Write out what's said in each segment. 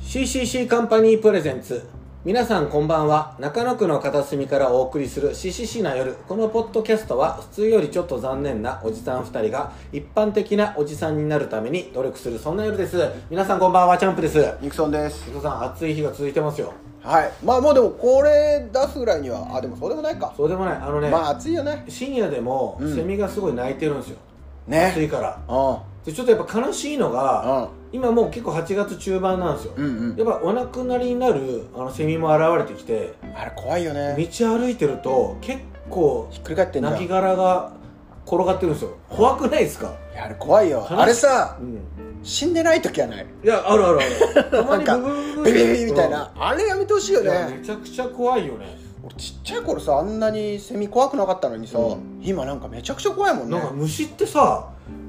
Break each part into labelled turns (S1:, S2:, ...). S1: CCC カンパニープレゼンツ皆さんこんばんは中野区の片隅からお送りする CCC な夜このポッドキャストは普通よりちょっと残念なおじさん2人が一般的なおじさんになるために努力するそんな夜です皆さんこんばんはチャンプです
S2: ニクソンです
S1: 伊藤さん暑い日が続いてますよ
S2: はいまあもうでもこれ出すぐらいにはあでもそうでもないか
S1: そうでもないあのね、
S2: まあ暑いよね
S1: 深夜でも
S2: うん
S1: セミがすごい鳴いてるんですよ、暑
S2: ね
S1: いから
S2: うん
S1: でちょっとやっぱ悲しいのが、
S2: うん
S1: 今もう結構8月中盤なんですよ、
S2: うんうん
S1: やっぱお亡くなりになるあのセミも現れてきて
S2: あれ怖いよね
S1: 道歩いてると結構
S2: ひっくり返ってんじゃ
S1: 亡
S2: ん
S1: き
S2: い
S1: が転がってるんですよ怖くないですか、
S2: やあれ怖いよ
S1: 話
S2: あれさ
S1: うん、
S2: 死んでない時はない
S1: いやあるあるあ るたまに
S2: な
S1: 部
S2: んか
S1: 分部分
S2: ビビビビみたいな、あれやめてほしいよ
S1: いや
S2: ね
S1: めちゃくちゃ怖いよね
S2: 俺ちっちゃい頃さあんなにセミ怖くなかったのにさ、
S1: うん
S2: 今なんかめちゃくちゃ怖いもんね
S1: なんか虫ってさ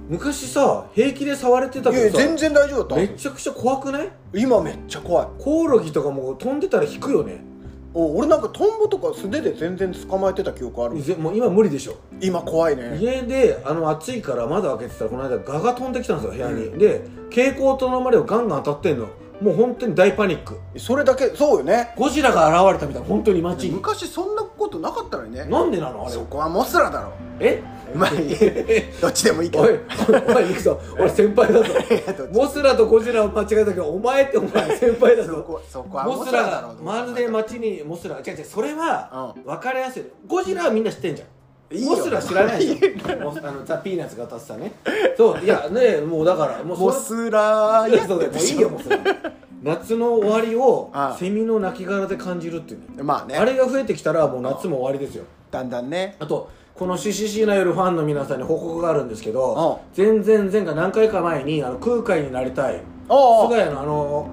S1: 昔さ平気で触れてた
S2: いやい
S1: け
S2: や
S1: どさ
S2: 全然大丈夫だ
S1: め
S2: っ
S1: ちゃくちゃ怖くない
S2: た今めっちゃ怖い
S1: コオロギとかも飛んでたら引くよね
S2: お俺なんかトンボとか素手で全然捕まえてた記憶ある
S1: ぜもう今無理でしょ
S2: 今怖いね
S1: 家であの暑いから窓開けてたらこの間ガが飛んできたんですよ部屋に、で蛍光灯のまでをガンガン当たってんのもう本当に大パニック
S2: それだけそうよね
S1: ゴジラが現れたみたいな本当に街に
S2: 昔そんなことなかったのにね
S1: なんでなのあれ
S2: そこはモスラだろ
S1: え
S2: まあいい どっちでもいいけど
S1: おいお前行く ぞ俺先輩だぞ
S2: やどっち
S1: モスラとゴジラを間違えたけどお前ってお前先輩だ
S2: そ
S1: ぞ
S2: こそこはモ
S1: モ
S2: ス
S1: ス
S2: ラ
S1: ラ
S2: だろ
S1: がまるで街にモスラ違う違うそれは
S2: う
S1: 分かりやすいゴジラはみんな知ってんじゃん
S2: いいよ
S1: モスラ知らないじゃんモスあのザ・ピーナッツが歌ってたねそういやねもうだからもう
S2: モ
S1: そ
S2: スラ
S1: れいやそうだよもういいよ
S2: も
S1: モスラ夏の終わりを
S2: ああ
S1: セミの鳴き殻で感じるっていうね
S2: うまあね
S1: あれが増えてきたらもう夏も終わりですよ
S2: だんだんね
S1: あとこの CCC な夜ファンの皆さんに報告があるんですけど
S2: う
S1: 全然前回何回か前にあの空海になりたい
S2: おうおう
S1: 菅谷のあの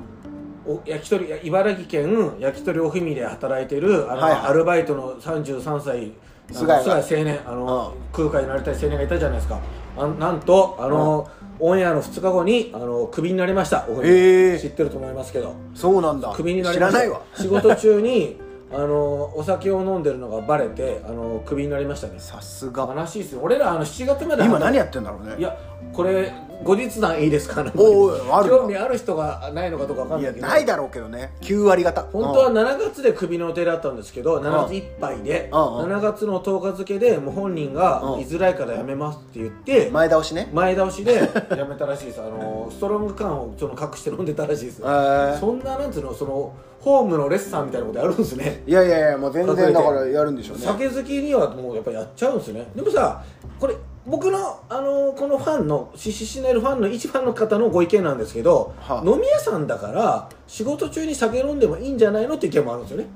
S1: お焼き鳥や茨城県焼き鳥おふみで働いてるあの、
S2: はいはい
S1: アルバイトの33歳あの
S2: 菅谷が
S1: 青年あの、空海になりたい青年がいたじゃないですかあのなんとあの、オンエアの2日後にあのクビになりましたおふみ
S2: えー
S1: 知ってると思いますけど
S2: そうなんだ
S1: クビになり
S2: 知
S1: ま
S2: ら
S1: した
S2: ないわ
S1: 仕事中に あのお酒を飲んでるのがバレてあのクビになりましたね
S2: さすが
S1: 悲しいですよ俺らあの7月まで
S2: 今何やってんだろうね
S1: いやこれ後日談いいですかなんか
S2: おいおい あるな
S1: 興味ある人がないのかどうかわかん
S2: い
S1: な
S2: や
S1: いけど
S2: ないだろうけどね9割方
S1: 本当は
S2: うん
S1: 7月でクビの予定だったんですけど7月いっぱいで
S2: うんうん
S1: 7月の10日付でもう本人が
S2: うん
S1: 居づらいから辞めますって言って
S2: 前倒しね
S1: 前倒しで辞めたらしいですあのストロング缶をその隠して飲んでたらしいです
S2: えー
S1: そんななんつうのそのホームのレッサーみたいなことやるんですね
S2: いやいやいやもう全
S1: 隠れ
S2: 然
S1: て
S2: だからやるんでしょうね
S1: 酒好きにはもうやっぱやっちゃうんですねでもさこれ僕の、あのこのファンのシシシネルファンの一番の方のご意見なんですけど、
S2: はあ
S1: 飲み屋さんだから仕事中に酒飲んでもいいんじゃないのって意見もあるんですよね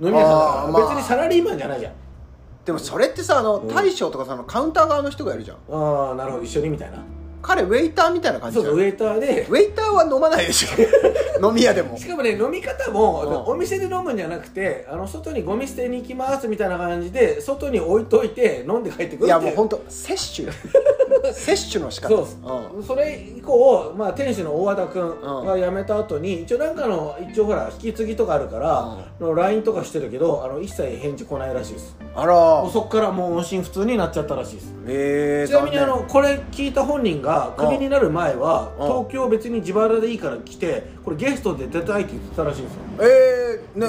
S1: 飲み屋さんだから、
S2: あーまあ
S1: 別にサラリーマンじゃないじゃん
S2: でもそれってさあの
S1: うん
S2: 大将とかさあのカウンター側の人がやるじゃん
S1: ああなるほど一緒にみたいな
S2: 彼ウェイターみたいな感じ
S1: そう
S2: じ
S1: そ
S2: ゃん
S1: うウ
S2: ウェ
S1: ェイターで
S2: イターは飲まないでし ょ飲み屋でも
S1: しかもね飲み方も、
S2: うん
S1: お店で飲むんじゃなくてあの外にゴミ捨てに行きますみたいな感じで外に置いといて飲んで帰ってくるってい
S2: いやもう本当摂取摂取の仕方
S1: そうっす
S2: ん
S1: それ以降、まあ、店主の大和田君が辞めた後に、一応なんかの一応ほら引き継ぎとかあるから、の LINE とかしてるけどあの一切返事来ないらしいです
S2: あら
S1: もうそっからもう音信不通になっちゃったらしいです
S2: ええ
S1: ちなみにあのこれ聞いた本人がクビになる前は
S2: うん
S1: 東京別に自腹でいいから来てこれゲストで出たいって言ってたらしいんですよ
S2: ええね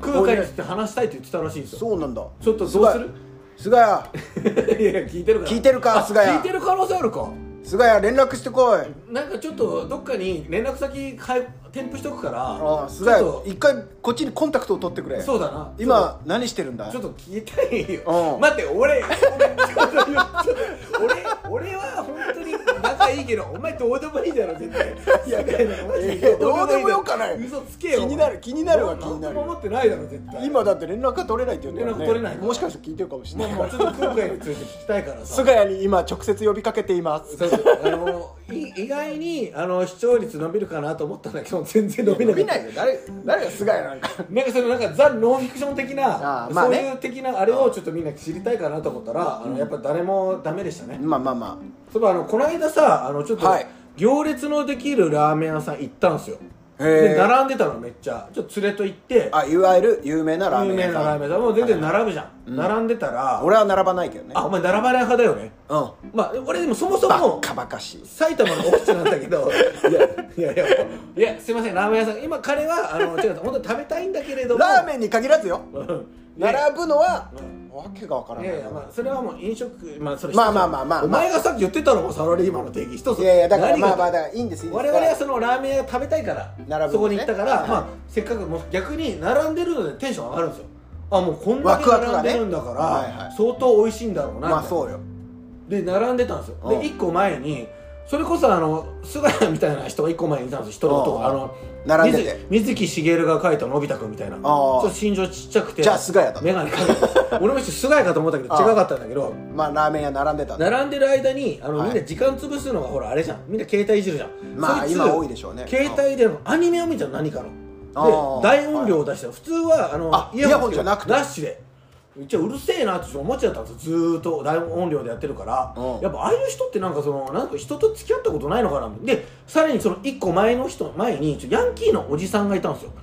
S1: 空海について話したいって言ってたらしいんですよ
S2: そうなんだ
S1: ちょっとどうする
S2: 菅谷
S1: いやいや聞いてるから
S2: 聞いてるか
S1: あ
S2: 菅谷
S1: 聞いてる可能性あるか
S2: 菅谷連絡してこい
S1: なんかちょっとどっかに連絡先かい添付しとくから
S2: ああ
S1: ち
S2: 菅
S1: ょっ
S2: 谷一回こっちにコンタクトを取ってくれ
S1: とそうだな
S2: 今何してるんだ
S1: ちょっとちょっと聞いたいよ
S2: うん
S1: 待って俺俺ちょっとちょっと俺俺は本当に仲いいけどお前どうでもいいだろ絶対いや
S2: いやどうでもよかない
S1: 嘘つけよ
S2: 気になる気になるは
S1: お前
S2: 気になる
S1: どうとも思ってないだろ絶対
S2: 今だって連絡が取れないって言うんだよ
S1: 連
S2: ね
S1: 絡取れないから
S2: もしかして聞いてるかもしれ
S1: もうも
S2: ない
S1: うちょっと空海について聞きたいからさ
S2: 菅谷に今直接呼びかけています
S1: そうそうあのい意外にあの視聴率伸びるかなと思ったんだけど全然伸びなかった
S2: よ誰誰が菅谷なんか
S1: なんかそのなんかザ・ノンフィクション的な
S2: あーまあね
S1: そういう的なあれをちょっとみんな知りたいかなと思ったら、あのやっぱ誰もダメでしたね、
S2: まあまあま
S1: そういえばあのこの間さあのちょっと
S2: はい
S1: 行列のできるラーメン屋さん行ったんですよ、
S2: あへえ
S1: で並んでたのめっちゃちょっと連れと行って
S2: あいわゆる有名なラーメ
S1: 有
S2: ン屋
S1: 名
S2: さん
S1: なラーメン屋さんもう全然並ぶじゃん、並んでたら
S2: 俺は並ばないけどね
S1: あお前並ばない派だよね
S2: うん
S1: まあ俺でもそもそ
S2: バ
S1: も
S2: ッカバカしい
S1: 埼玉のオフィスなんだけ どいやいやいやいやすいませんラーメン屋さん今彼はあの違う本当に食べたいんだけれども
S2: ラーメンに限らずよ
S1: うんで
S2: 並ぶのは
S1: うん
S2: わけがわから
S1: い
S2: ない
S1: やいやまあそれはもう飲食まあそれ
S2: まあまあまあまあまあ
S1: お前がさっき言ってたのもサラリーマンの定義一つ
S2: いやいやだから
S1: 何が
S2: まあまあだからいいんですいいんです
S1: 我々はそのラーメン屋が食べたいから
S2: ぶんですね
S1: そこに行ったから、
S2: はい
S1: まあ、せっかくもう逆に並んでるのでテンション上がるんですよあもうこんだ
S2: ワ
S1: け
S2: クワク
S1: 並
S2: が
S1: ん
S2: ね
S1: でるんだから、
S2: はいはい
S1: 相当美味しいんだろうなみ
S2: まあ
S1: たいな
S2: そうよ
S1: で並んでたんですよ
S2: うん
S1: で1個前にそれこそあの菅谷みたいな人が1個前にいたんですよ1人
S2: う
S1: と
S2: ん
S1: あの
S2: 並んでて
S1: 水水木しげるが描いたのび太くんみたいなちょっと身長ちっちゃくて
S2: じゃあ菅谷だ
S1: 眼鏡かけて俺も一瞬菅谷かと思ったけど
S2: あ
S1: 違
S2: あ
S1: かったんだけど
S2: まあラーメン屋並んでたんだ
S1: 並んでる間にあの、
S2: はい
S1: みんな時間潰すのがほらあれじゃんみんな携帯いじるじゃん
S2: まあ
S1: そいつ
S2: 今多いでしょうね
S1: 携帯でのアニメを見たの何かの
S2: あ
S1: で大音量を出して普通はあの
S2: あ
S1: つ
S2: イヤホンじゃなくて
S1: ダッシュで一応うるせえなって思っちゃったんですよずーっと大音量でやってるから、
S2: うん
S1: やっぱああいう人ってなんかそのなんか人と付き合ったことないのかなでさらにその1個前の人前にちょヤンキーのおじさんがいたんですよだか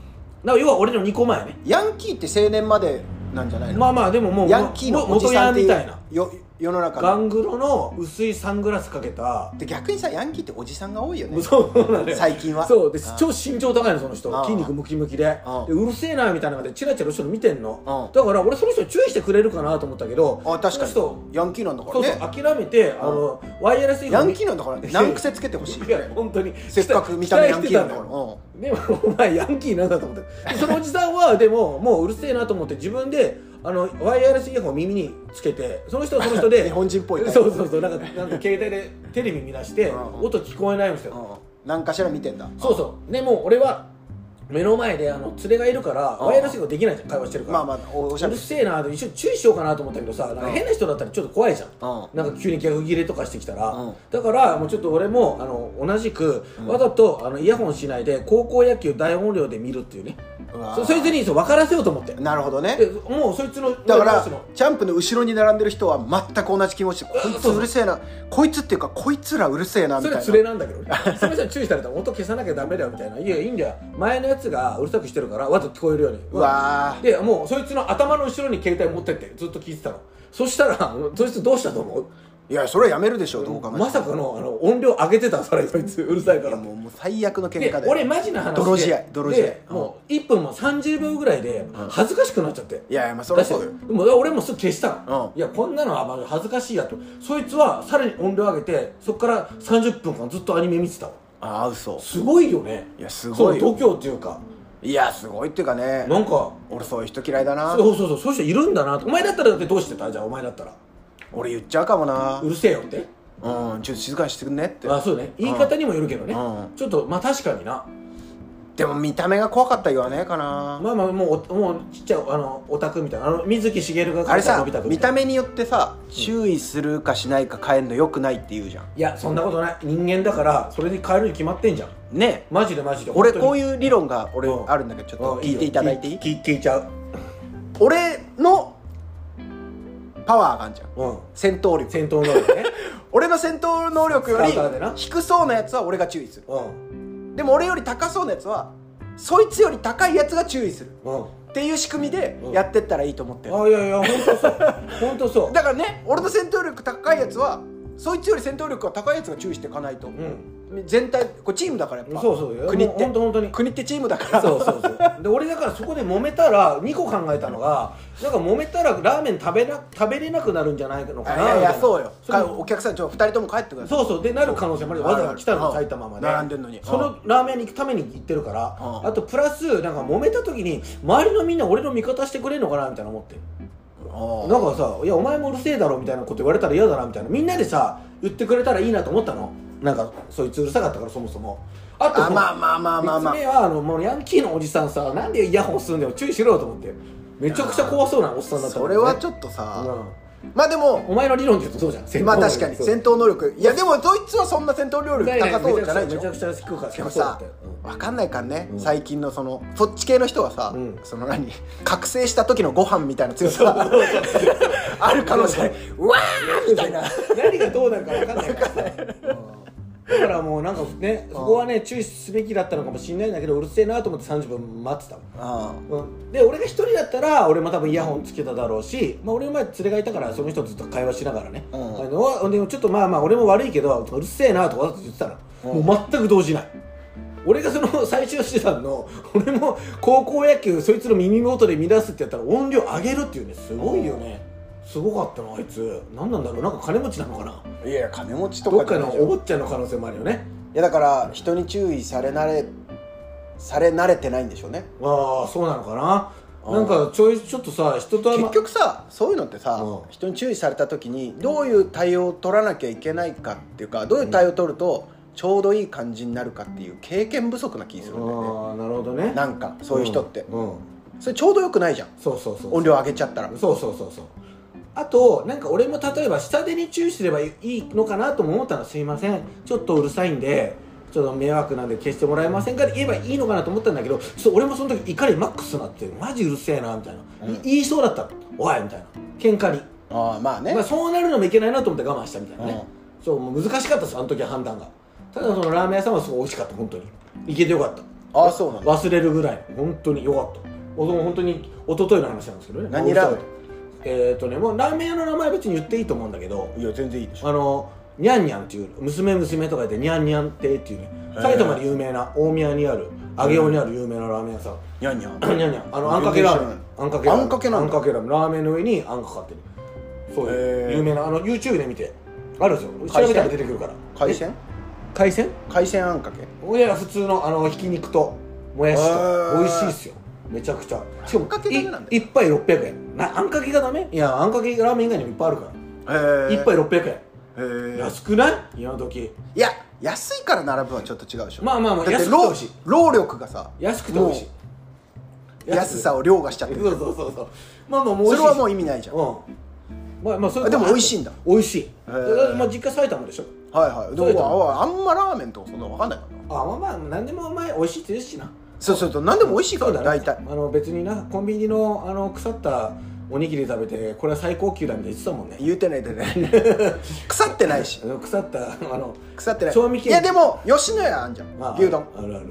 S1: ら要は俺の2個前ね
S2: ヤンキーって青年までなんじゃないの
S1: まあまあでももう
S2: ヤンキーの
S1: も
S2: おじ
S1: 元
S2: さ
S1: ヤ
S2: んっ
S1: ン
S2: て
S1: み
S2: い
S1: たいな
S2: うよ世の中
S1: ガ
S2: の
S1: ングロの薄いサングラスかけた
S2: で逆にさヤンキーっておじさんが多いよね
S1: そうなのよ
S2: 最近は
S1: そうで
S2: あ
S1: 超身長高いのその人
S2: ああ
S1: 筋肉ムキムキで
S2: ああ
S1: でうるせえなみたいな感じでチラチラ後ろ見てんの
S2: あ
S1: だから俺その人に注意してくれるかなと思ったけど
S2: あ確かに
S1: その
S2: ヤンキーなんだか
S1: 人そ
S2: ら
S1: う
S2: ね
S1: そう諦めてあのワイヤレスイ
S2: ヤンキー
S1: ー
S2: なんだから何癖つけてほしいよ
S1: いや本当に
S2: せっかく見た目
S1: 期
S2: ヤン
S1: 待
S2: キ
S1: し
S2: ー
S1: てた
S2: なん
S1: の
S2: だ
S1: よ
S2: からう
S1: で
S2: ん
S1: もお前ヤンキーなんだと思ってでそのおじさんはでももううるせえなと思って自分であのワイヤレスイヤホンを耳につけてその人はその人で
S2: 日本人っぽいね
S1: そうそうそうなんかなんか携帯でテレビ見出して
S2: ああ
S1: 音聞こえないんですよ
S2: うん何かしら見てんだ
S1: そうそうでもう俺は目の前であの連れがいるから
S2: あ
S1: ワイヤレスイヤホンできないじゃん会話してるから
S2: まあまあおおしゃ
S1: う
S2: れ
S1: るせえなと一緒に注意しようかなと思ったけどさなんか
S2: うん
S1: 変な人だったらちょっと怖いじゃん
S2: う
S1: なんか急に逆切れとかしてきたら、
S2: うん
S1: だからもうちょっと俺もあの同じく、
S2: うん
S1: わざとあのイヤホンしないで高校野球大音量で見るっていうねそそいつにそう分からせようと思ってで
S2: なるほどね
S1: もうそいつのワ
S2: だか
S1: イヤレ
S2: ら
S1: スの
S2: チャンプの後ろに並んでる人は全く同じ気持ちこいつうるせえなこいつっていうかこいつらうるせえなみ
S1: そ
S2: た
S1: れ
S2: いな
S1: 連れなんだけどねそれさ注意されたら音消さなきゃダメだよみたいないやいいんだよ前のやつがうるさくしてるからわざと聞こえるように
S2: うわー
S1: でもうそいつの頭の後ろに携帯持ってってずっと聞いてたのそしたらそいつどうしたと思う
S2: いやそれはやめるでしょどう考えても
S1: まさかのあの音量上げてたそれそいつうるさいか
S2: いや
S1: ら
S2: もうもう最悪の喧
S1: で
S2: 嘩で
S1: 俺マジな話で
S2: 泥仕合泥試合
S1: でもう1分も30秒ぐらいで恥ずかしくなっちゃって
S2: いやいやまあそりゃそうよ
S1: だってでも俺もすぐ消したの、
S2: うん
S1: いやこんなのはまあ恥ずかしいやとそいつはさらに音量上げてそっから30分間ずっとアニメ見てたわ
S2: ああ嘘
S1: すごいよね
S2: いやすごいよ
S1: そう度胸っていうか
S2: いやすごいっていうかね
S1: なんか
S2: 俺そういう人嫌いだな
S1: そうそうそうそういう人いるんだなとお前だったらだってどうしてたじゃあお前だったら
S2: 俺言っちゃうかもな
S1: うるせえよって
S2: うんちょっと静かにしてくんねって
S1: あそうね言い方にもよるけどね、
S2: うん
S1: ちょっとまあ確かにな
S2: でも見た目が怖かったら言わねえかな
S1: まあまあもうおもうちっちゃいあのオタクみたいなあの水木しげるが
S2: あれさ
S1: のび太くんみ
S2: 見
S1: たい
S2: た
S1: な
S2: 目によってさ注意するかしないか変えるのよくないって言うじゃん
S1: いやそんなことない人間だからそれに変えるに決まってんじゃん
S2: ねえ
S1: マジでマジで
S2: 俺こう
S1: いう
S2: いう理論が俺
S1: うん
S2: あるんだけどちょっと聞いていただいていい
S1: 聞聞いちゃう
S2: 俺のパワーがあるじゃん
S1: うん
S2: 戦闘力
S1: 戦闘能力ね
S2: 俺の戦闘能力よ
S1: スターターで
S2: り
S1: な
S2: 低そうなやつは俺が注意する
S1: うん
S2: でも俺より高そうなやつはそいつより高いやつが注意する
S1: う
S2: っていう仕組みで
S1: うん
S2: やってったらいいと思ってる
S1: んあいやいや本当そう本当そう
S2: だからね俺の戦闘力高いやつはそいつより戦闘力が高いやつが注意していかないと、
S1: うん
S2: 全体これチームだからやっぱ
S1: そうそうよ
S2: 国っ
S1: もう
S2: て
S1: 本当本当に
S2: 国ってチームだから
S1: そうそうそうで俺だからそこで揉めたら2個考えたのがなんか揉めたらラーメン食べな食べれなくなるんじゃないのか
S2: あ
S1: ない
S2: やい
S1: み
S2: や
S1: たな
S2: そうよ
S1: れ
S2: かお客さんちょ2人とも帰ってください
S1: そうそうでなる可能性もあるよわざわざ来た
S2: う
S1: の
S2: ん
S1: 埼玉まで
S2: 並んでんのに
S1: そのラーメンに行くために行ってるから
S2: うん
S1: あとプラスなんか揉めた時に周りのみんな俺の味方してくれるのかなみたいな思って
S2: あ
S1: なんかさ「いやお前もうるせえだろ」みたいなこと言われたら嫌だなみたいなみんなでさ言ってくれたらいいなと思ったのなんかそいつうるさかったからそもそもあと
S2: あまあまあまあまあまあ
S1: 3つ目はあのもうヤンキーのおじさんさなんでイヤホンすんだよ注意しろよと思ってめちゃくちゃ怖そうなおっさんだった
S2: それはち
S1: ょっ
S2: ょっとさ、まあでも
S1: お前の理論で言うとそうじゃん戦闘
S2: まあ確かに
S1: そう
S2: 戦闘能力いやでもそいつはそんな戦闘能力
S1: ないない
S2: 高そうじゃないでし
S1: めちゃ
S2: ょ
S1: くちゃ低かった
S2: でも
S1: 低そうだっ
S2: さ
S1: たようん
S2: 分かんないからね、
S1: うん
S2: 最近のそのそっち系の人はさ、
S1: うん
S2: その何覚醒した時のご飯みたいな強さ ある可能性うわーみたいな
S1: 何がどうなるか分かんないからさ、うんだからもうなんかねそこはね注意すべきだったのかもしれないんだけどうるせえなと思って30分待ってたもん
S2: あ
S1: うん、で俺が一人だったら俺も多分イヤホンつけただろうし、まあ、俺も前連れがいたからその人とずっと会話しながらね、
S2: うん
S1: あのでもちょっとまあまあ俺も悪いけどうるせえなとかわざと言ってたら、
S2: うん
S1: もう全く動じない俺がその 最終手段の俺も高校野球そいつの耳元で乱すってやったら音量上げるっていうねすごいよね、すごかったなあいつ何なんだろうなんか金持ちなのかない
S2: や金持ちと
S1: ど
S2: か
S1: っかの
S2: じゃない
S1: お坊ちゃんの可能性もあるよね
S2: いやだから人に注意され慣れされ慣れてないんでしょうね
S1: ああそうなのかな
S2: うん
S1: なんかちょいちょっとさ人とあんま
S2: 結局さそういうのってさ、
S1: うん
S2: 人に注意された時にどういう対応を取らなきゃいけないかっていうかどういう対応を取るとちょうどいい感じになるかっていう経験不足な気するんだよ
S1: ああなるほどね
S2: ねなんかそういう人って、
S1: うん、うん
S2: それちょうどよくないじゃん
S1: そうそうそう
S2: 音量上げちゃったら
S1: そうそうそうそうあとなんか俺も例えば下手に注意すればいいのかなとも思ったのすいませんちょっとうるさいんでちょっと迷惑なんで消してもらえませんかって言えばいいのかなと思ったんだけどちょっと俺もその時怒りマックスになってマジうるせえなみたいな、
S2: うん
S1: 言いそうだったのおいみたいな喧嘩に、
S2: ああまあね、
S1: まあ、そうなるのもいけないなと思って我慢したみたいなね、そうもう難しかったですあの時は判断がただそのラーメン屋さんはすごい美味しかった本当に行けてよかった
S2: ああそうなんだ
S1: 忘れるぐらい本当に良かった僕も本当に一昨日の話なんですけどね
S2: 何ラーメン
S1: もうえっ、とねもうラーメン屋の名前は別に言っていいと思うんだけど
S2: いや全然いいでしょ
S1: あのニャンニャンっていう娘娘とかでニャンニャン亭っていうね
S2: へー
S1: 埼玉で有名な大宮にある上尾にある有名なラーメン屋さん、
S2: にゃんにゃん
S1: ニャンニャンあのあんかけラーメンあんかけラーメン
S2: あんかけなんだ
S1: あんかけラーメンラーメンの上にあんかかってるそう
S2: へー
S1: 有名なあの YouTube で見てあるんですよ調べたら出てくるから
S2: 海鮮
S1: え海鮮
S2: 海鮮あんかけ
S1: いや普通のあのひき肉ともやし
S2: へ
S1: と
S2: ー
S1: 美味しいですよめちゃくちゃしかも
S2: あんかけダメなんだ
S1: い一杯600円なあんかけがダメいやあんかけラーメン以外にもいっぱいあるか
S2: え
S1: ら
S2: ー
S1: 一杯600
S2: え
S1: 円
S2: ー
S1: 安くない今時
S2: いや安いから並ぶのはちょっと違うでしょ
S1: まあまあまあ
S2: だって
S1: 安くて美
S2: 労
S1: 味しい
S2: 労力がさ
S1: 安くて美味しい
S2: もう安さを凌駕しちゃっ
S1: そ
S2: て
S1: うそ
S2: る
S1: うそうそうまあまあもう
S2: それはもう
S1: い
S2: 意味ないじゃん、
S1: うんまあまあそれ
S2: あでも美味しいんだ
S1: 美味しい
S2: へー
S1: まあ実家埼玉でしょ
S2: はいはいで
S1: そうだと思
S2: もああんまラーメンとかそんな分かんないからな
S1: あまあまあ何でもお前美味しいって言うしな
S2: そうそうそう何でも美味しいから
S1: そうだね
S2: 大体
S1: あの別になコンビニのあの腐ったおにぎり食べてこれは最高級だみたいに言ってたもんね
S2: 言うてないでね 腐ってないし
S1: あの腐ったあの
S2: 腐ってない
S1: 賞味期
S2: い
S1: 限
S2: やでも吉野家あんじゃん牛丼
S1: あるある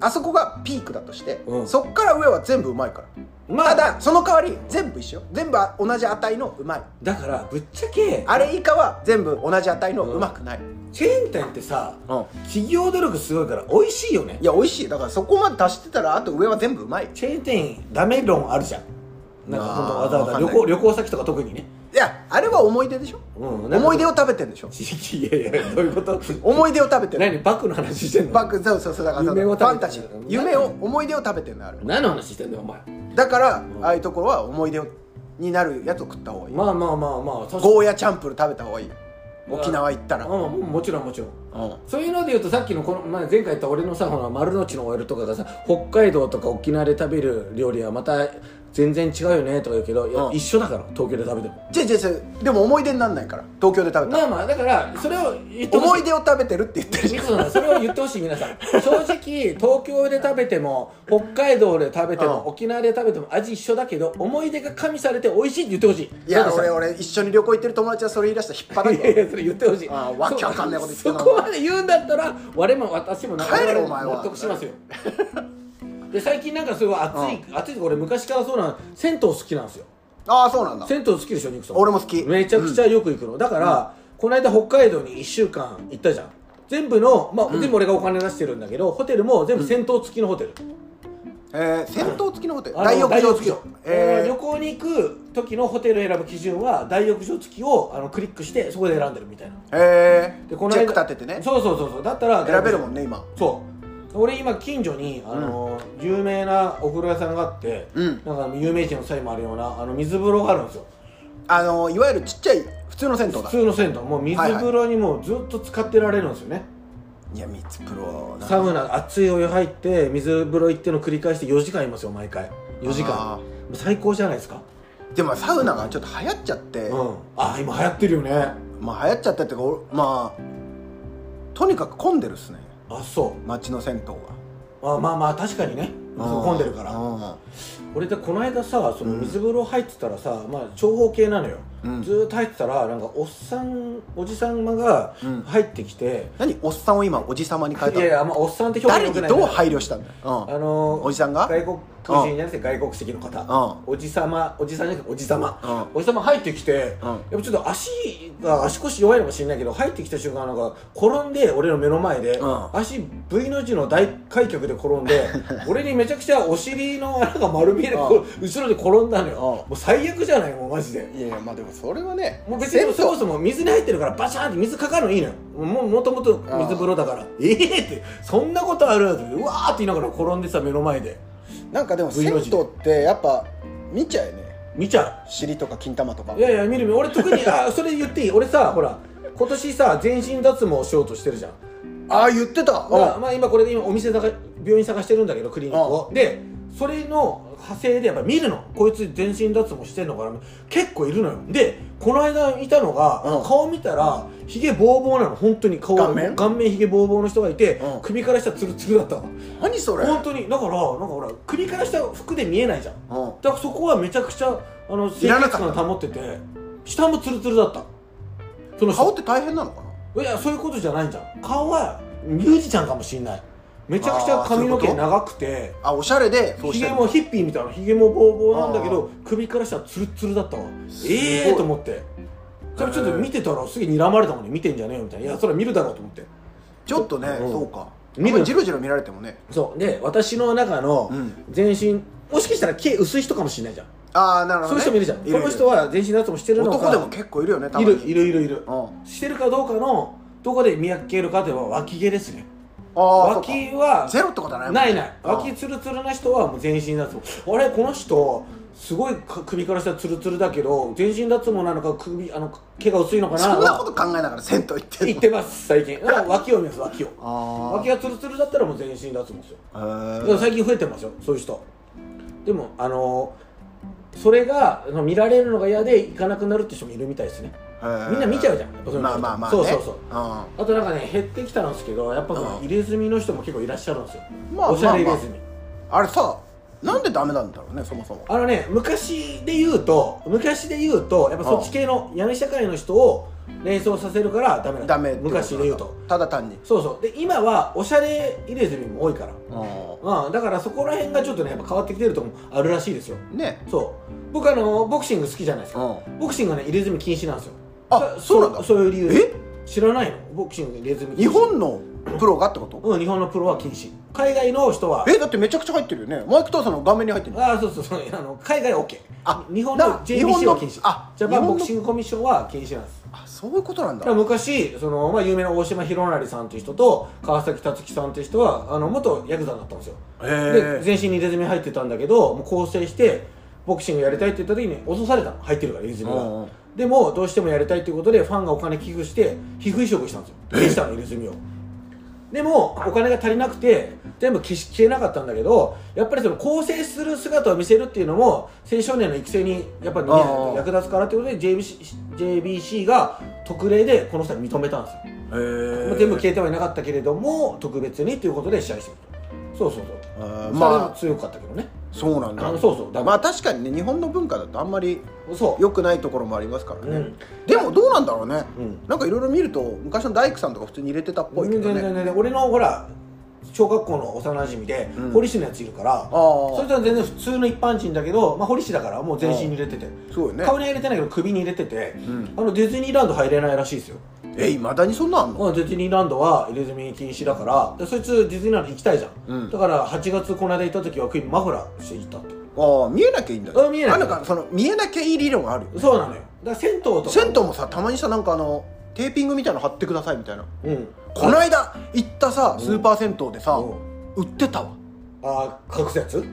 S2: あそこがピークだとして、
S1: うん
S2: そっから上は全部うまいから
S1: ま
S2: た
S1: あだ
S2: だその代わり全部一緒全部同じ値のうまい
S1: だからぶっちゃけ
S2: あれ以下は全部同じ値のうまくない、
S1: チェーン店ってさ
S2: うん
S1: 企業努力すごいから美味しいよね
S2: いや美味しいだからそこまで出してたらあと上は全部うまい
S1: チェーン店ダメ論あるじゃんなんか本当わざわざ
S2: あー
S1: 旅
S2: わかんな
S1: 行旅行先とか特にね
S2: いやあれは思い出でしょ
S1: うん
S2: 思い出
S1: を
S2: を食べてんでしょ
S1: いやいやどういうこと
S2: 思い出を食べてる
S1: 何バックの話してんの
S2: バックそうそうそうだからそう
S1: 夢を食べてる
S2: ファンタジー夢を思い出を食べてるのあれ
S1: 何の話してんだよお前
S2: だから
S1: ん
S2: ああいうところは思い出をになるやつを食った方がいい
S1: まあまあまあまあ確かに
S2: ゴーヤチャンプル食べた方がいい沖縄行ったら
S1: あ
S2: うん
S1: もうもちろんもちろんそういうので言うとさっきのこの前前回言った俺のさほら丸の内の OL とかがさ北海道とか沖縄で食べる料理はまた全然違うよねとか言うけどいや、
S2: うん
S1: 一緒だから東京で食べても
S2: じゃじゃじゃでも思い出にならないから東京で食べた
S1: まあまあだからそれを言ってほ
S2: 思
S1: し
S2: い出を食べてるって言ってるじ
S1: い
S2: ゃん
S1: そうだそれを言ってほしい皆さん正直東京で食べても北海道で食べても、
S2: うん
S1: 沖縄で食べても味一緒だけど思い出が加味されて美味しいって言ってほしい
S2: いや
S1: そうで
S2: 俺
S1: す
S2: 俺一緒に旅行行ってる友達はそれ言い出したら引っ張られ
S1: い
S2: て
S1: やいやそれ言ってほしい
S2: あーわけわかんないこと言って
S1: そ
S2: るな
S1: そこまで言うんだったら我も私も
S2: 帰れお前は
S1: 納得しますよで最近なんかすごい暑い、暑いとこ俺昔からそうなの銭湯好きなんですよ
S2: ああそうなんだ
S1: 銭湯好きでしょニクソン
S2: 俺も好き
S1: めちゃくちゃよく行くの、だから、この間北海道に1週間行ったじゃん全部の、まあ、全部俺がお金出してるんだけど、ホテルも全部銭湯付きのホテル、
S2: えー銭湯付きのホテル
S1: あの
S2: 大浴
S1: 大
S2: 場付き
S1: 浴場えー
S2: え
S1: 旅行に行く時のホテル選ぶ基準は大浴場付きをあのクリックしてそこで選んでるみたいな
S2: ーえ
S1: で
S2: ー
S1: この
S2: チ
S1: 間
S2: ェック立ててね
S1: そうそうそうそうだったら
S2: 選べるも
S1: ん
S2: んね今
S1: そう俺今近所にあの、有名なお風呂屋さんがあって、
S2: うん
S1: なんか有名人の際もあるようなあの水風呂があるんですよ
S2: あのいわゆるちっちゃい普通の銭湯
S1: 普
S2: だ
S1: 通の銭湯もう水風呂にもうずっと使ってられるんですよね、
S2: いや三つプロな
S1: サウナ熱いお湯入って水風呂行っての繰り返して4時間いますよ毎回4時間
S2: あー
S1: もう最高じゃないですか
S2: でもサウナがちょっと流行っちゃって、
S1: うんああ今流行ってるよね
S2: まあ流行っちゃってってかおまあとにかく混んでるっすね
S1: あそう
S2: 街の銭湯が
S1: あまあまあ確かにねそう混んでるから
S2: うん
S1: 俺でこの間さその水風呂入ってたらさ、まあ長方形なのよ
S2: うん
S1: ずーっと入ってたらなんかおっさんおじさんが
S2: うん
S1: 入ってきて、
S2: 何おっさんを今おじさまに変え
S1: いやい
S2: たの
S1: やあんまおっさんって表現
S2: 誰
S1: 良
S2: に
S1: くないんだ
S2: どう
S1: よ
S2: 配慮したんだよ、
S1: あのー
S2: おじさんが
S1: 外国人じゃなくて外国籍の方、おじさまおじさんじゃなくておじさま、
S2: うんうん
S1: おじさま入ってきて、
S2: うん
S1: やっぱちょっと足が足腰弱いのかもしれないけど入ってきた瞬間なんか転んで俺の目の前で、
S2: うん
S1: 足 V の字の大開脚で転ん で俺にめちゃくちゃお尻の穴が丸見えで、こう後ろで転んだのよ、
S2: うん
S1: もう最悪じゃないもうマジで
S2: いやいやまあでもそれはね
S1: もう別に
S2: 銭
S1: そもそも水に入ってるからバシャーンって水かかるのいいのよもうもともと水風呂だから ええってそんなことあるってうわーって言いながら転んでさ目の前で
S2: 湯なんかでも
S1: V
S2: 銭
S1: の
S2: 湯
S1: 字
S2: ってやっぱ見ちゃうよね
S1: 見ちゃう
S2: 尻とか金玉とか
S1: いやいや見る見る俺特にあそれ言っていい俺さほら今年さ全身脱毛しようとしてるじゃん
S2: ああ言って
S1: だ
S2: た
S1: からまあ今これで今お店探病院探してるんだけどクリニックをでそれの派生でやっぱ見るのこいつ全身脱毛してんのかな結構いるのよでこの間いたのが、
S2: うん
S1: 顔見たらひげボーボーなの本当に顔
S2: 顔面
S1: 顔面ひげボーボーの人がいて、
S2: うん
S1: 首から下ツルツルだったの
S2: 何それ
S1: 本当にだからなんかほら首から下服で見えないじゃん
S2: うん
S1: だからそこはめちゃくちゃあの清
S2: らな
S1: 潔
S2: かった
S1: 感保ってて下もツルツルだったその人
S2: 顔って大変なのかない
S1: やそういうことじゃないんじゃん顔はミュージシャンかもしんないめちゃくちゃ髪の毛
S2: あーそういうこと
S1: 長くて
S2: あおしゃれでそうし
S1: ひ
S2: て
S1: げ
S2: る
S1: もヒッピーみたいなひげもボーボーなんだけど首からしたらツルツルだったわ
S2: すごい
S1: ええー、と思ってそれちょっと見てたらすげえ睨まれたもんね見てんじゃねえよみたいないやそれは見るだろうと思って
S2: ちょっとね、
S1: うん
S2: そうか
S1: 見る
S2: 見るジロジロ見られてもね
S1: そうで私の中の
S2: うん
S1: 全身もしかしたら毛薄い人かもしんないじゃん
S2: ああなるほ
S1: そういう人
S2: ど、ね、
S1: もいるじゃん
S2: い
S1: この人は全身脱毛してるのか
S2: 男でも結構いるよねた
S1: い
S2: まに
S1: るいるいるいる
S2: うんあ
S1: してるかどうかのどこで見分けるかといえば脇毛ですね
S2: あ
S1: 脇は
S2: ゼロってことはないもんね
S1: ないない
S2: うん
S1: 脇ツルツルな人はもう全身脱毛あれこの人すごいか首から下ツルツルだけど全身脱毛なのか首あの毛が薄いのかな
S2: そんなこと考えながら銭湯行って
S1: 言
S2: る
S1: ってます最近だから脇を見ます脇を
S2: あ
S1: 脇がツルツルだったらもう全身脱毛ですよ
S2: あ
S1: だから最近増えてますよそういう人でもあのそれがあの見られるのが嫌で行かなくなるって人もいるみたいですねみんな見ちゃうじゃんやっぱそういうの
S2: まあまあまあ、ね、
S1: そうそうそう
S2: あ
S1: あとなんかね減ってきたんですけどやっぱその
S2: うん
S1: 入れ墨の人も結構いらっしゃるんですよ、
S2: まあ
S1: おしゃれ入れ墨、
S2: あれさなんでダメなんだろうねそもそも
S1: あのね昔で言うと昔で言うとやっぱそっち系の闇社会の人を連想させるからダメなんだ
S2: ダメってことなんだ
S1: 昔で言うと
S2: ただ単に
S1: そうそうで今はおしゃれ入れ墨も多いから
S2: う
S1: うんだからそこら辺がちょっとねやっぱ変わってきてるとこもあるらしいですよ
S2: んね
S1: そう僕あのボクシング好きじゃないです
S2: う
S1: か
S2: ん
S1: ボクシングはね入れ墨禁止なんですよ
S2: あそうなんだ
S1: そういう理由
S2: え
S1: 知らないのボクシング入れ墨禁止
S2: 日本のプロがってこと
S1: うん、日本のプロは禁止海外の人は
S2: えだってめちゃくちゃ入ってるよねマイク・ターさんの画面に入ってる
S1: ああそうそうそうあの海外は OK
S2: あ
S1: 日本
S2: だ
S1: の
S2: から日本
S1: JBC
S2: の
S1: は禁止
S2: あ
S1: ジャパ
S2: 日
S1: ン
S2: 本の
S1: ボクシングコミッションは禁止なんです
S2: あそういうことなん
S1: だ
S2: だ
S1: から昔その、まあ、有名な大島博成さんという人と川崎辰樹さんという人はあの元ヤクザだったんですよで
S2: へえ
S1: 全身に入れ墨入ってたんだけどもう更生してボクシングやりたいって言った時に脅されたの入ってるから入れ墨が、
S2: うんうん
S1: でもどうしてもやりたいということでファンがお金寄付して皮膚移植したんですよ消したの入れ墨をでもお金が足りなくて全部消し消えなかったんだけどやっぱりその更生する姿を見せるっていうのも青少年の育成にやっぱりね
S2: あー
S1: 役立つからということで JBC, JBC が特例でこの人は認めたんですよ、
S2: へ
S1: ま
S2: え
S1: あ全部消えてはいなかったけれども特別にということで試合してるとそうそうそう
S2: あー
S1: まあ
S2: まあ
S1: 強かったけどね
S2: そうなんだ
S1: あのそうそうだ
S2: まあ確かにね日本の文化だとあんまり
S1: そう
S2: 良くないところもありますからね、
S1: うん
S2: でもどうなんだろうね、
S1: うん
S2: なんかいろいろ見ると昔の大工さんとか普通に入れてたっぽいけ
S1: 全
S2: ど
S1: 然
S2: ね
S1: 全然俺のほら小学校の幼馴染で、
S2: うん
S1: 堀市のやついるから
S2: ああ
S1: それとは全然普通の一般人だけど、まあ、堀市だからもう全身に入れてて、
S2: そうよね
S1: 顔には入れてないけど首に入れてて、
S2: ん
S1: あのディズニーランド入れないらしいですよ、
S2: えいまだにそんなんあんの
S1: まあ、ディズニーランドは入れ墨禁止だからでそいつディズニーランド行きたいじゃん、
S2: うん
S1: だから8月この間行った時は首マフラーして行ったって
S2: ああ見えなきゃいいんだ
S1: あ見えない
S2: あなんかその見えなきゃいい理論があるよね
S1: そうなのよだから銭湯とか
S2: 銭湯もさたまにさなんかあのテーピングみたいなの貼ってくださいみたいな
S1: うん
S2: この間行ったさ
S1: うん
S2: スーパー銭湯でさ
S1: うん
S2: 売ってたわ
S1: ああ隠すやつ
S2: 隠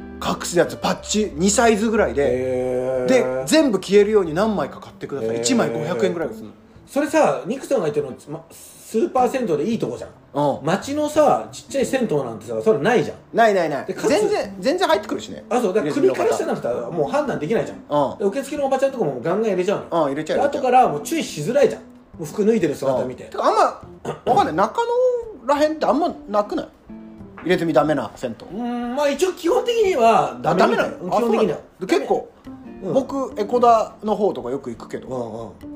S2: すやつパッチ2サイズぐらいで
S1: へえ
S2: で全部消えるように何枚か買ってくださ
S1: へ
S2: い
S1: ー
S2: 1枚500円ぐらいがする
S1: それさニクソンが言ってるのまスーパー銭湯でいいとこじゃん
S2: のうん
S1: 街のさちっちゃい銭湯なんてさそれないじゃん
S2: ないないない
S1: でかつ
S2: 全然全然入ってくるしね
S1: あそうだから首から下
S2: な
S1: なんてさもう判断できないじゃん、
S2: うん
S1: で受付のおばちゃんとかもガンガン入れちゃうのよ、
S2: うん入れちゃう
S1: で
S2: 入れち
S1: 後
S2: ゃう
S1: からもう注意しづらいじゃんもう服脱いでる姿見て、
S2: てかあんまわかんない中野らへんってあんまなくない入れ墨ダメな銭湯
S1: うんまあ一応基本的にはダメみたい
S2: あダメなの
S1: うん基本的には
S2: あそうなので結構
S1: うん
S2: 僕エコダの方とかよく行くけ
S1: う
S2: ど、
S1: んうん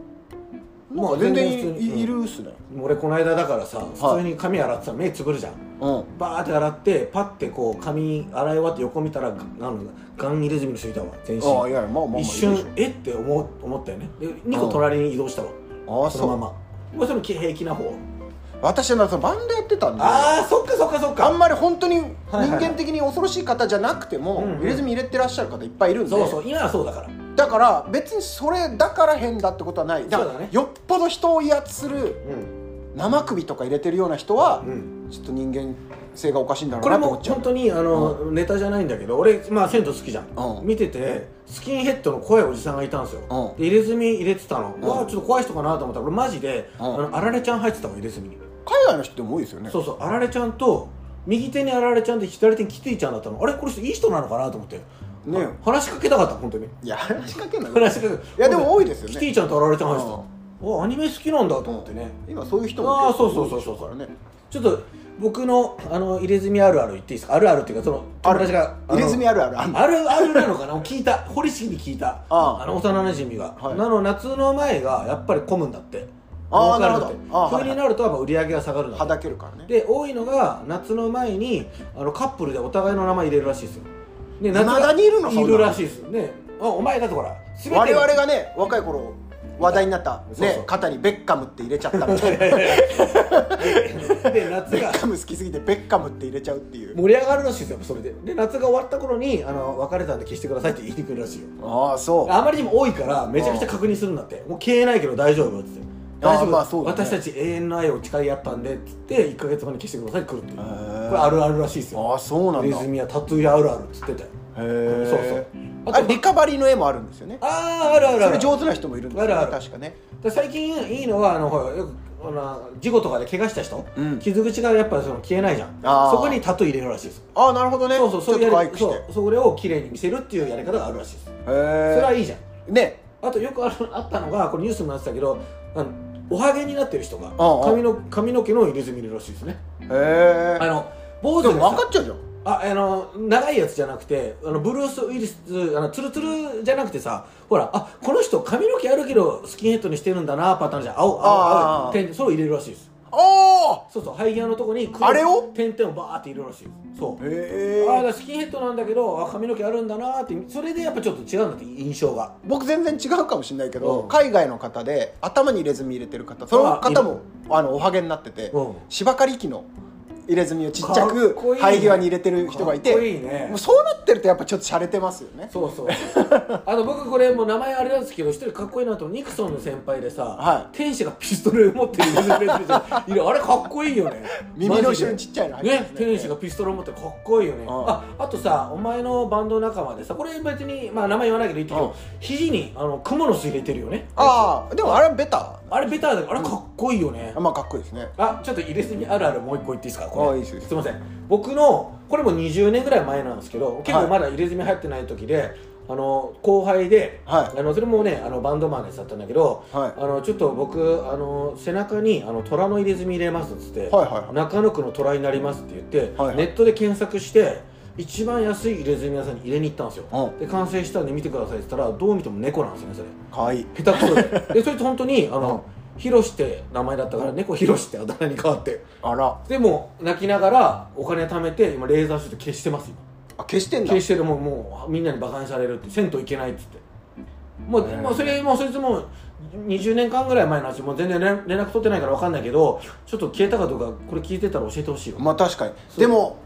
S2: なんか全然い,
S1: まあ全然普通
S2: い、
S1: にうん
S2: いるっすね
S1: 俺この間だからさ普通に髪洗ってたら目つぶるじゃん、
S2: うん
S1: バーって洗ってパッてこう髪洗い終わって横見たらがあのガン入れ墨の人いたわ全身
S2: ああいやいやまあまあまあ
S1: 一
S2: いる
S1: 瞬えって思う思ったよねで2個隣に移動したわ
S2: でしょああ
S1: その
S2: そ
S1: ま
S2: う
S1: ま俺それ平気な方
S2: 私はそのバンドやってたんで
S1: ああそっかそっかそっ
S2: あ
S1: か
S2: んまり本当に人
S1: はいはい
S2: 間的に恐ろしい方じゃなくても、
S1: うんうん
S2: 入れ墨入れてらっしゃる方いっぱいいるんで
S1: そうそう今はそうだから
S2: だから別にそれだから変だってことはないだ
S1: そ
S2: か
S1: う
S2: ら
S1: だね
S2: よっぽど人を威圧する
S1: うん、
S2: 生首とか入れてるような人は、
S1: うん、
S2: ちょっと人間性がおかしいんだろ
S1: こ
S2: う
S1: れ
S2: なと
S1: も
S2: 思っちゃう
S1: 本当にあの、ネタじゃないんだけど俺まあ銭湯好きじゃん、
S2: うん
S1: 見ててスキンヘッドの怖いおじさんがいたんですよ、
S2: うん
S1: で入れ墨入れてたの、
S2: ん
S1: うわあちょっと怖い人かなと思ったら俺マジで、
S2: うん
S1: あのあられちゃん入ってたわ入れ墨に
S2: 海外の人でも多いですよね
S1: そうそうあられちゃんと右手にあられちゃんで左手にキティちゃんだったのあれこれ人いい人なのかなと思って
S2: ねえ
S1: 話しかけたかった本当に
S2: いや話しかけんなよ
S1: 話しかけ
S2: いやでも多いですよね
S1: キティちゃんとあられちゃん入って
S2: うん
S1: たおアニメ好きなんだと思ってね、
S2: 今そういう人も
S1: あー
S2: 結
S1: そ
S2: 構
S1: うそう
S2: 多いでしょ
S1: そうそう
S2: からね
S1: ちょっと僕のあの入れ墨あるある言っていいですかあるあるっていうかその
S2: あ
S1: 友
S2: る
S1: 達があの
S2: 入れ墨あるあるあんの
S1: あるあるなのかな聞いた堀式に聞いた
S2: ああ
S1: の幼なじみが、
S2: はい
S1: なの夏の前がやっぱり混むんだって
S2: ああ
S1: 儲かるんだって
S2: なるほどああはいはい
S1: 冬になるとやっぱ売り上げが下がるんだ
S2: は
S1: って
S2: だけるからね
S1: で多いのが夏の前にあのカップルでお互いの名前入れるらしいですよで夏
S2: 未だにいるのそん
S1: い
S2: なの
S1: るらしいですねあお前だとほら全て
S2: 我々がね若い頃話題になった、ね
S1: そうそう
S2: 肩にベッカムって入れちゃった みたいなベ
S1: で夏が
S2: ッカム好きすぎてベッカムって入れちゃうっていう
S1: 盛り上がるらしいですよそれでで夏が終わった頃にあの別れたんで消してくださいって言いに来るらしいよ
S2: ああそう
S1: あまりにも多いからめちゃくちゃ確認するんだってもう消えないけど大丈夫っつって
S2: あー
S1: 大丈夫、
S2: まあそうだね
S1: 私たち永遠の愛を誓い合ったんでっつって1か月後に消してください来るっていうこれ
S2: ー
S1: あるあるらしいですよ
S2: ああそうなん
S1: ネ
S2: だ
S1: ズ
S2: へ
S1: ミやタトゥーやあるあるっつってたよ
S2: え
S1: そうそうあと
S2: あれリカバリーの絵もあるんですよね
S1: あああるあるある
S2: それ上手な人もいるんですよね
S1: あるある
S2: 確かね
S1: で最近いいのはあのほらよくあの事故とかで怪我した人、
S2: うん
S1: 傷口がやっぱその消えないじゃん
S2: あー
S1: そこにタトゥー入れるらしいです
S2: ああなるほどね
S1: そうそうそう
S2: ちょ
S1: い
S2: っ
S1: う
S2: と可
S1: やり
S2: 愛くして
S1: そうそれを綺麗に見せるっていうやり方があるらしいです、
S2: へえ
S1: それはいいじゃん
S2: ね
S1: あとよくあるあったのがこれニュースになってたけどあのおはげになってる人が
S2: ああ
S1: 髪の髪の毛の入れ墨入れるらしいですね
S2: へえ
S1: あの坊
S2: で
S1: 主で
S2: も分か
S1: さ
S2: っちゃうじゃん
S1: ああの長いやつじゃなくてあのブルース・ウィリスあのツルツルじゃなくてさほらあこの人髪の毛あるけどスキンヘッドにしてるんだなパターンじゃん青青
S2: あああ
S1: 青
S2: あ
S1: い点々それを入れるらしいです
S2: あ
S1: そうそう生え際のとこに黒い
S2: あれを
S1: 点々をバーって入れるらしいですそうあ
S2: あ
S1: あ
S2: へ
S1: だか
S2: え
S1: らスキンヘッドなんだけどあ髪の毛あるんだなってそれでやっぱちょっと違うんだって印象が
S2: 僕全然違うかもしれないけど、
S1: うん
S2: 海外の方で頭に入れ墨入れてる方その方もあのおはげになってて、
S1: うん
S2: 芝刈り機の入れ墨をちっち
S1: か
S2: ゃ
S1: っ
S2: く
S1: こいいね
S2: 生え際に入れてる人がいて
S1: かっこいいね
S2: もうそうなってるとやっぱちょっと洒落てますよね
S1: そうそうあと僕これもう名前あれなんですけど一人かっこいいなと思うニクソンの先輩でさ、
S2: は
S1: 天使がピストル持ってる人いるじゃ んいるあれかっこいいよね
S2: 耳の
S1: マジ
S2: 後
S1: で
S2: ろにちっちゃいの入ってま
S1: ね
S2: す、
S1: 天使がピストル持ってるかっこいいよね、
S2: ん
S1: ああとさお前のバンド仲間でさこれ別に、まあ、名前言わないけど言ってけど、
S2: うん
S1: 肘にあのクモの巣入れてるよね
S2: ああでもあれはベタ
S1: あれベターだけどあれかっこいいよね、
S2: まあかっこいいですね
S1: あちょっと入れすぎあるあるもう一個言っていいですかこ
S2: あ
S1: れ
S2: いいですよいいです
S1: みません僕のこれも20年ぐらい前なんですけど結
S2: は
S1: 構
S2: い
S1: まだ入れ墨入ってない時で、あの後輩で、
S2: はい
S1: あのそれもねあのバンドマンのやつだったんだけど、
S2: はい
S1: あのちょっと僕あの背中にあの虎の入れ墨入れますっつって、
S2: はいはいはい
S1: 中野区の虎になりますって言って、
S2: はいはい
S1: ネットで検索して一番安い入れ墨屋さんに入れに行ったんですよ、
S2: うん
S1: で完成したんで見てくださいって言ったらどう見ても猫なんですよねそれ。
S2: かわいい
S1: 下手くそででそいつ本当にあの、ヒロシって名前だったから猫ヒロシってあだ名に変わって
S2: あら
S1: でもう泣きながらお金貯めて今レーザーシュート消してます今
S2: あ消してんだ
S1: 消してるもうもうみんなにバカにされるって銭湯行けないっつってもう,、
S2: へえ
S1: もうそれもうそいつも20年間ぐらい前の話もう全然連連絡取ってないから分かんないけどちょっと消えたかどうかこれ聞いてたら教えてほしいよ、
S2: まあ確かに
S1: そう
S2: でも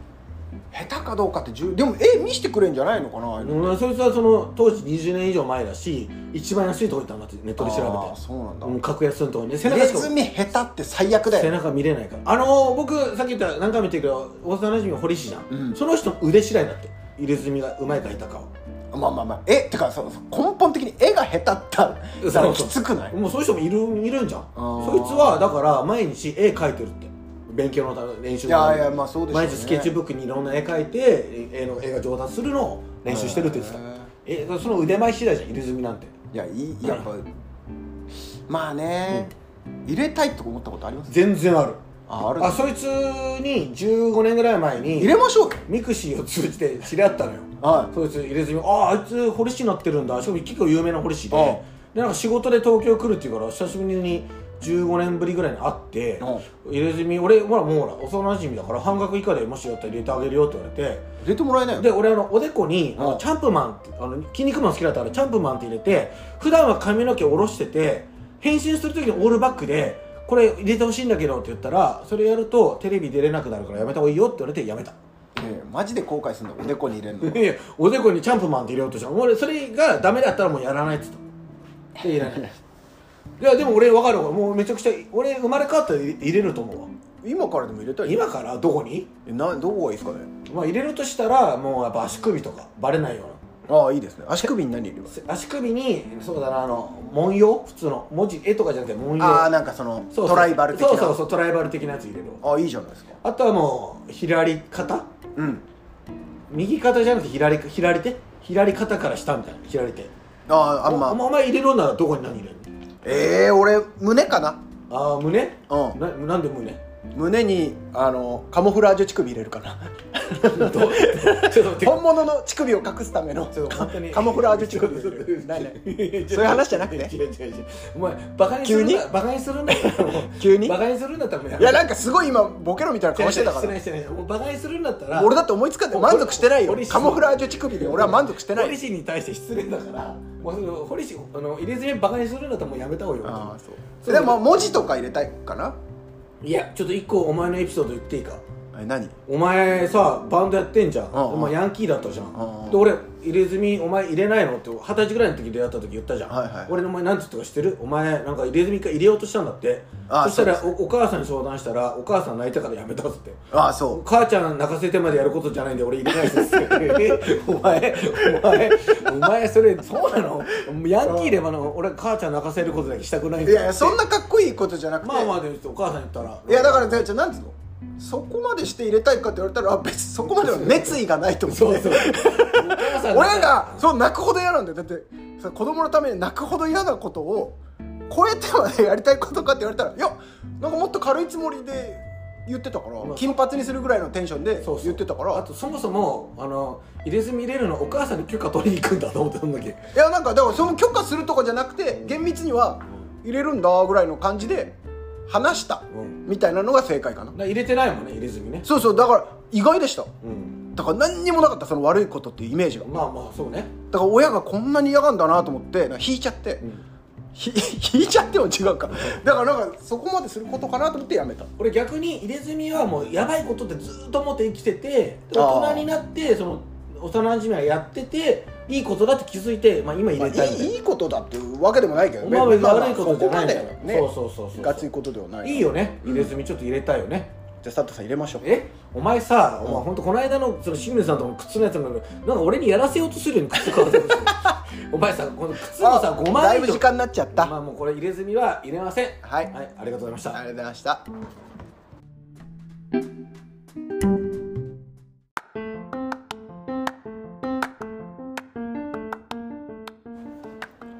S2: 下手かどうかって重でも絵見してくれんじゃないのかなああいうの
S1: うんそいつはその当時20年以上前だし一番安いとこ行ったんだってネットで調
S2: あー
S1: べて
S2: そうなんだ
S1: うん格安のとこにね背
S2: 入
S1: 中
S2: れ
S1: しか
S2: 墨下手って最悪だ
S1: 背
S2: よ
S1: 中見れないからあのー僕さっき言った何回も言ってるけど幼なじみの堀氏じゃん、
S2: うん
S1: その人の腕次第だって入れ墨がうまいか下手か
S2: まあまあまあえってかそうそう根本的に絵が下手った
S1: そう
S2: らきつくない
S1: をもうそういう人もいるいるんじゃん
S2: ー
S1: そいつはだから毎日絵描いてるって勉強のため練習
S2: い
S1: のため
S2: やい
S1: に
S2: やまあそうでしょう
S1: 毎
S2: ね
S1: 日スケッチブックにいろんな絵描いて絵の絵が上達するのを練習してるって言ってたえその腕前次第じゃん入れ墨なんて
S2: いやいいやっぱまあね入れたいとか思ったことあります
S1: 全然ある
S2: あある
S1: あそいつに15年ぐらい前
S2: 入
S1: に
S2: れましょうよ
S1: ミクシーを通じて知り合ったのよ
S2: は
S1: そいつ入れ墨あああいつ彫り師になってるんだしかも結構有名な彫り師で
S2: ああ
S1: でなんか仕事で東京来るっていうから久しぶりに15年ぶりぐらいに会って
S2: あ
S1: 入れ墨俺ほらもうほら幼馴染だから半額以下でもしやったら入れてあげるよって言われて
S2: 入れてもらえないよ
S1: で俺あのおでこにあ
S2: う
S1: の
S2: ん
S1: チャンプマンってあの筋肉マン好きだったからチャンプマンって入れて普段は髪の毛下ろしてて変身する時にオールバックでこれ入れてほしいんだけどって言ったらそれやるとテレビ出れなくなるからやめた方がいいよって言われてやめた
S2: ねえマジで後悔するんだおでこに入れるの
S1: いやおでこにチャンプマンって入れようとしたの俺それがダメだったらもうやらないっ つったで入れないいやでも俺分かるわもうめちゃくちゃ俺生まれ変わったら入れると思うわ
S2: 今からでも入れたい
S1: 今からどこに、
S2: えなどこがいいですかね
S1: まあ、入れるとしたらもうやっぱ足首とかバレないような
S2: ああいいですね足首に何入れます
S1: 足首にそうだなあの文様普通の文字絵とかじゃなくて文様
S2: ああなんかその
S1: そうそう
S2: トライバル的な
S1: そうそうそうトライバル的なやつ入れるわ
S2: ああいいじゃないですか
S1: あとはもう左肩
S2: うん
S1: 右肩じゃなくて左左手左肩から下みたいな左手
S2: あああん
S1: おお
S2: ま
S1: 前お前入れるんならどこに何入れる
S2: ええ俺胸かな
S1: のああ胸
S2: うん
S1: ななんで胸
S2: 胸にあのカモフラージュ乳首入れるかな
S1: どう ちょっと待って
S2: 本物の乳首を隠すための
S1: ちょっと本当に
S2: カモフラージュ乳首入れるないないそういう話じゃなくて
S1: 違う違う違うお前バカにするん
S2: 急
S1: だバカにするんだったらもう
S2: 急に
S1: バカにするんだったらもうや
S2: いやなんかすごい今ボケろみたいな顔してたか
S1: してな
S2: ら
S1: いしてないもうバカにするんだったら
S2: 俺だって思いつかんで満足してないよ
S1: 俺俺
S2: カモフラージュ乳首で俺は満足してな
S1: 堀
S2: い
S1: 氏に対して失礼だからもうその堀氏あの入れ墨バカにするんだったらもうやめた方がいいよ
S2: ああそうでも文字とか入れたいかない
S1: やちょっと一個お前のエピソード言っていいか
S2: え何
S1: お前さバンドやってんじゃん、
S2: うんうん
S1: お前ヤンキーだったじゃ
S2: うん
S1: ん、
S2: うん
S1: で俺入れ墨お前入れないのって二十歳ぐらいの時に出会った時言ったじゃん、
S2: はいはい
S1: 俺のお前なんて言ったか知ってるお前なんか入れ墨一回入れようとしたんだって
S2: あ
S1: そしたら
S2: そ
S1: おお母さんに相談したらお母さん泣いたからやめたっつって
S2: ああそう
S1: 母ちゃん泣かせてまでやることじゃないんで俺入れないです ってお前お前お前それそうなのヤンキーでもあの俺母ちゃん泣かせることだけしたくないん
S2: い
S1: だ
S2: やいやそんなかっこいいことじゃなくて、
S1: まあまあでもお母さん言ったら
S2: いやだからじゃあじゃあなんつうのそこまでして入れたいかって言われたらあ別にそこまでの熱意がないと思って
S1: そう そうお母さん
S2: 親がそう泣くほど嫌なんだよだってさ子供のために泣くほど嫌なことを超えてまでやりたいことかって言われたらいやなんかもっと軽いつもりで言ってたから
S1: まあ
S2: 金髪にするぐらいのテンションで
S1: そうそう
S2: 言ってたか
S1: あ
S2: ら
S1: とそもそもあの入れ墨入れるのお母さんに許可取りに行くんだと思ってたんだけど
S2: いやなんかだからその許可するとかじゃなくて厳密には入れるんだぐらいの感じで話した
S1: うん
S2: みたいなのが正解かな
S1: だから入れてないもんね入れ墨ね
S2: そうそうだから意外でした
S1: うん
S2: だから何にもなかったその悪いことっていうイメージが
S1: まあまあそうね
S2: だから親がこんなに嫌がんだなと思ってなんか引いちゃって、
S1: ん
S2: ひ 引いちゃっても違うかだからなんかそこまですることかなと思ってやめた
S1: 俺逆に入れ墨はもうやばいことってずっと思って生きてて
S2: あー
S1: 大人になってその幼馴染はやってていいことだって気づいて、まあ、今入
S2: まあ
S1: れたいみ
S2: い
S1: たい
S2: いいいことだっていうわけでもないけど
S1: な、まあ、別に
S2: まあまあ
S1: 悪いことじゃないんだ
S2: そ
S1: よ
S2: こまでね
S1: ねそうそうそうそう
S2: ガツいことではない
S1: いいよね入れ墨ちょっと入れたいよね、
S2: じゃあ佐藤さん入れましょう
S1: えお前さ、
S2: うん
S1: お前ほんとこの間のその清水さんとの靴のやつなんだけどなんか俺にやらせようとするように靴買わせようとするお前さこの靴もさ
S2: あ
S1: 5万
S2: だい
S1: 以
S2: ぶ
S1: 上
S2: 時間になっちゃった、
S1: まあもうこれ入れ墨は入れません
S2: はい、あ
S1: はいありがとうございました
S2: りがとうございました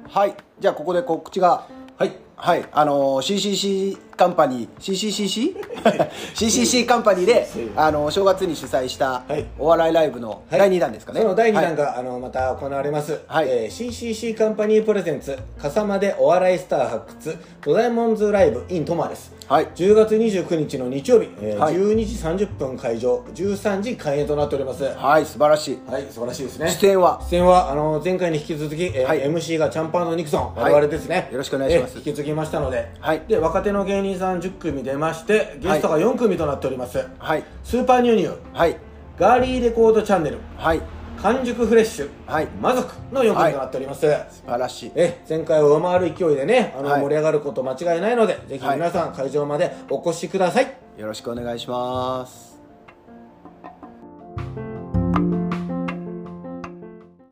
S2: はいじゃあここで告知が
S1: はい
S2: はい、あのー CCC カンパニー CCCC?CCC カンパニーで、あのー正月に主催した
S1: はい
S2: お笑いライブの第2弾ですかね、
S1: その第2
S2: は
S1: 弾
S2: い
S1: が、あのまた行われます、
S2: はい
S1: えー CCC カンパニープレゼンツ「笠間でお笑いスター発掘ドラえもんズライブ in トマ」です
S2: はい
S1: 10月29日の日曜日、えー
S2: はい
S1: 12時30分会場13時開演となっておりますは
S2: はい素晴らしい
S1: い素晴らしいですね
S2: 出演は
S1: 出演はあの前回に引き続き、えー
S2: はい
S1: MC がチャンパーのニクソン、
S2: はい
S1: 我々ですね
S2: よろしくお願いします
S1: えー引き継ぎましたので、
S2: はい
S1: で若手の芸人さん10組出ましてゲストが4組となっております、
S2: はい
S1: スーパーニューニュー
S2: はい
S1: ガーリーレコードチャンネル
S2: はい
S1: 完熟フレッシュ、
S2: はい
S1: 魔族の4組となっております、
S2: 素晴らしい
S1: え前回を上回る勢いでねあの
S2: はい
S1: 盛り上がること間違いないので、ぜひ皆さん会場までお越しください
S2: よろしくお願いします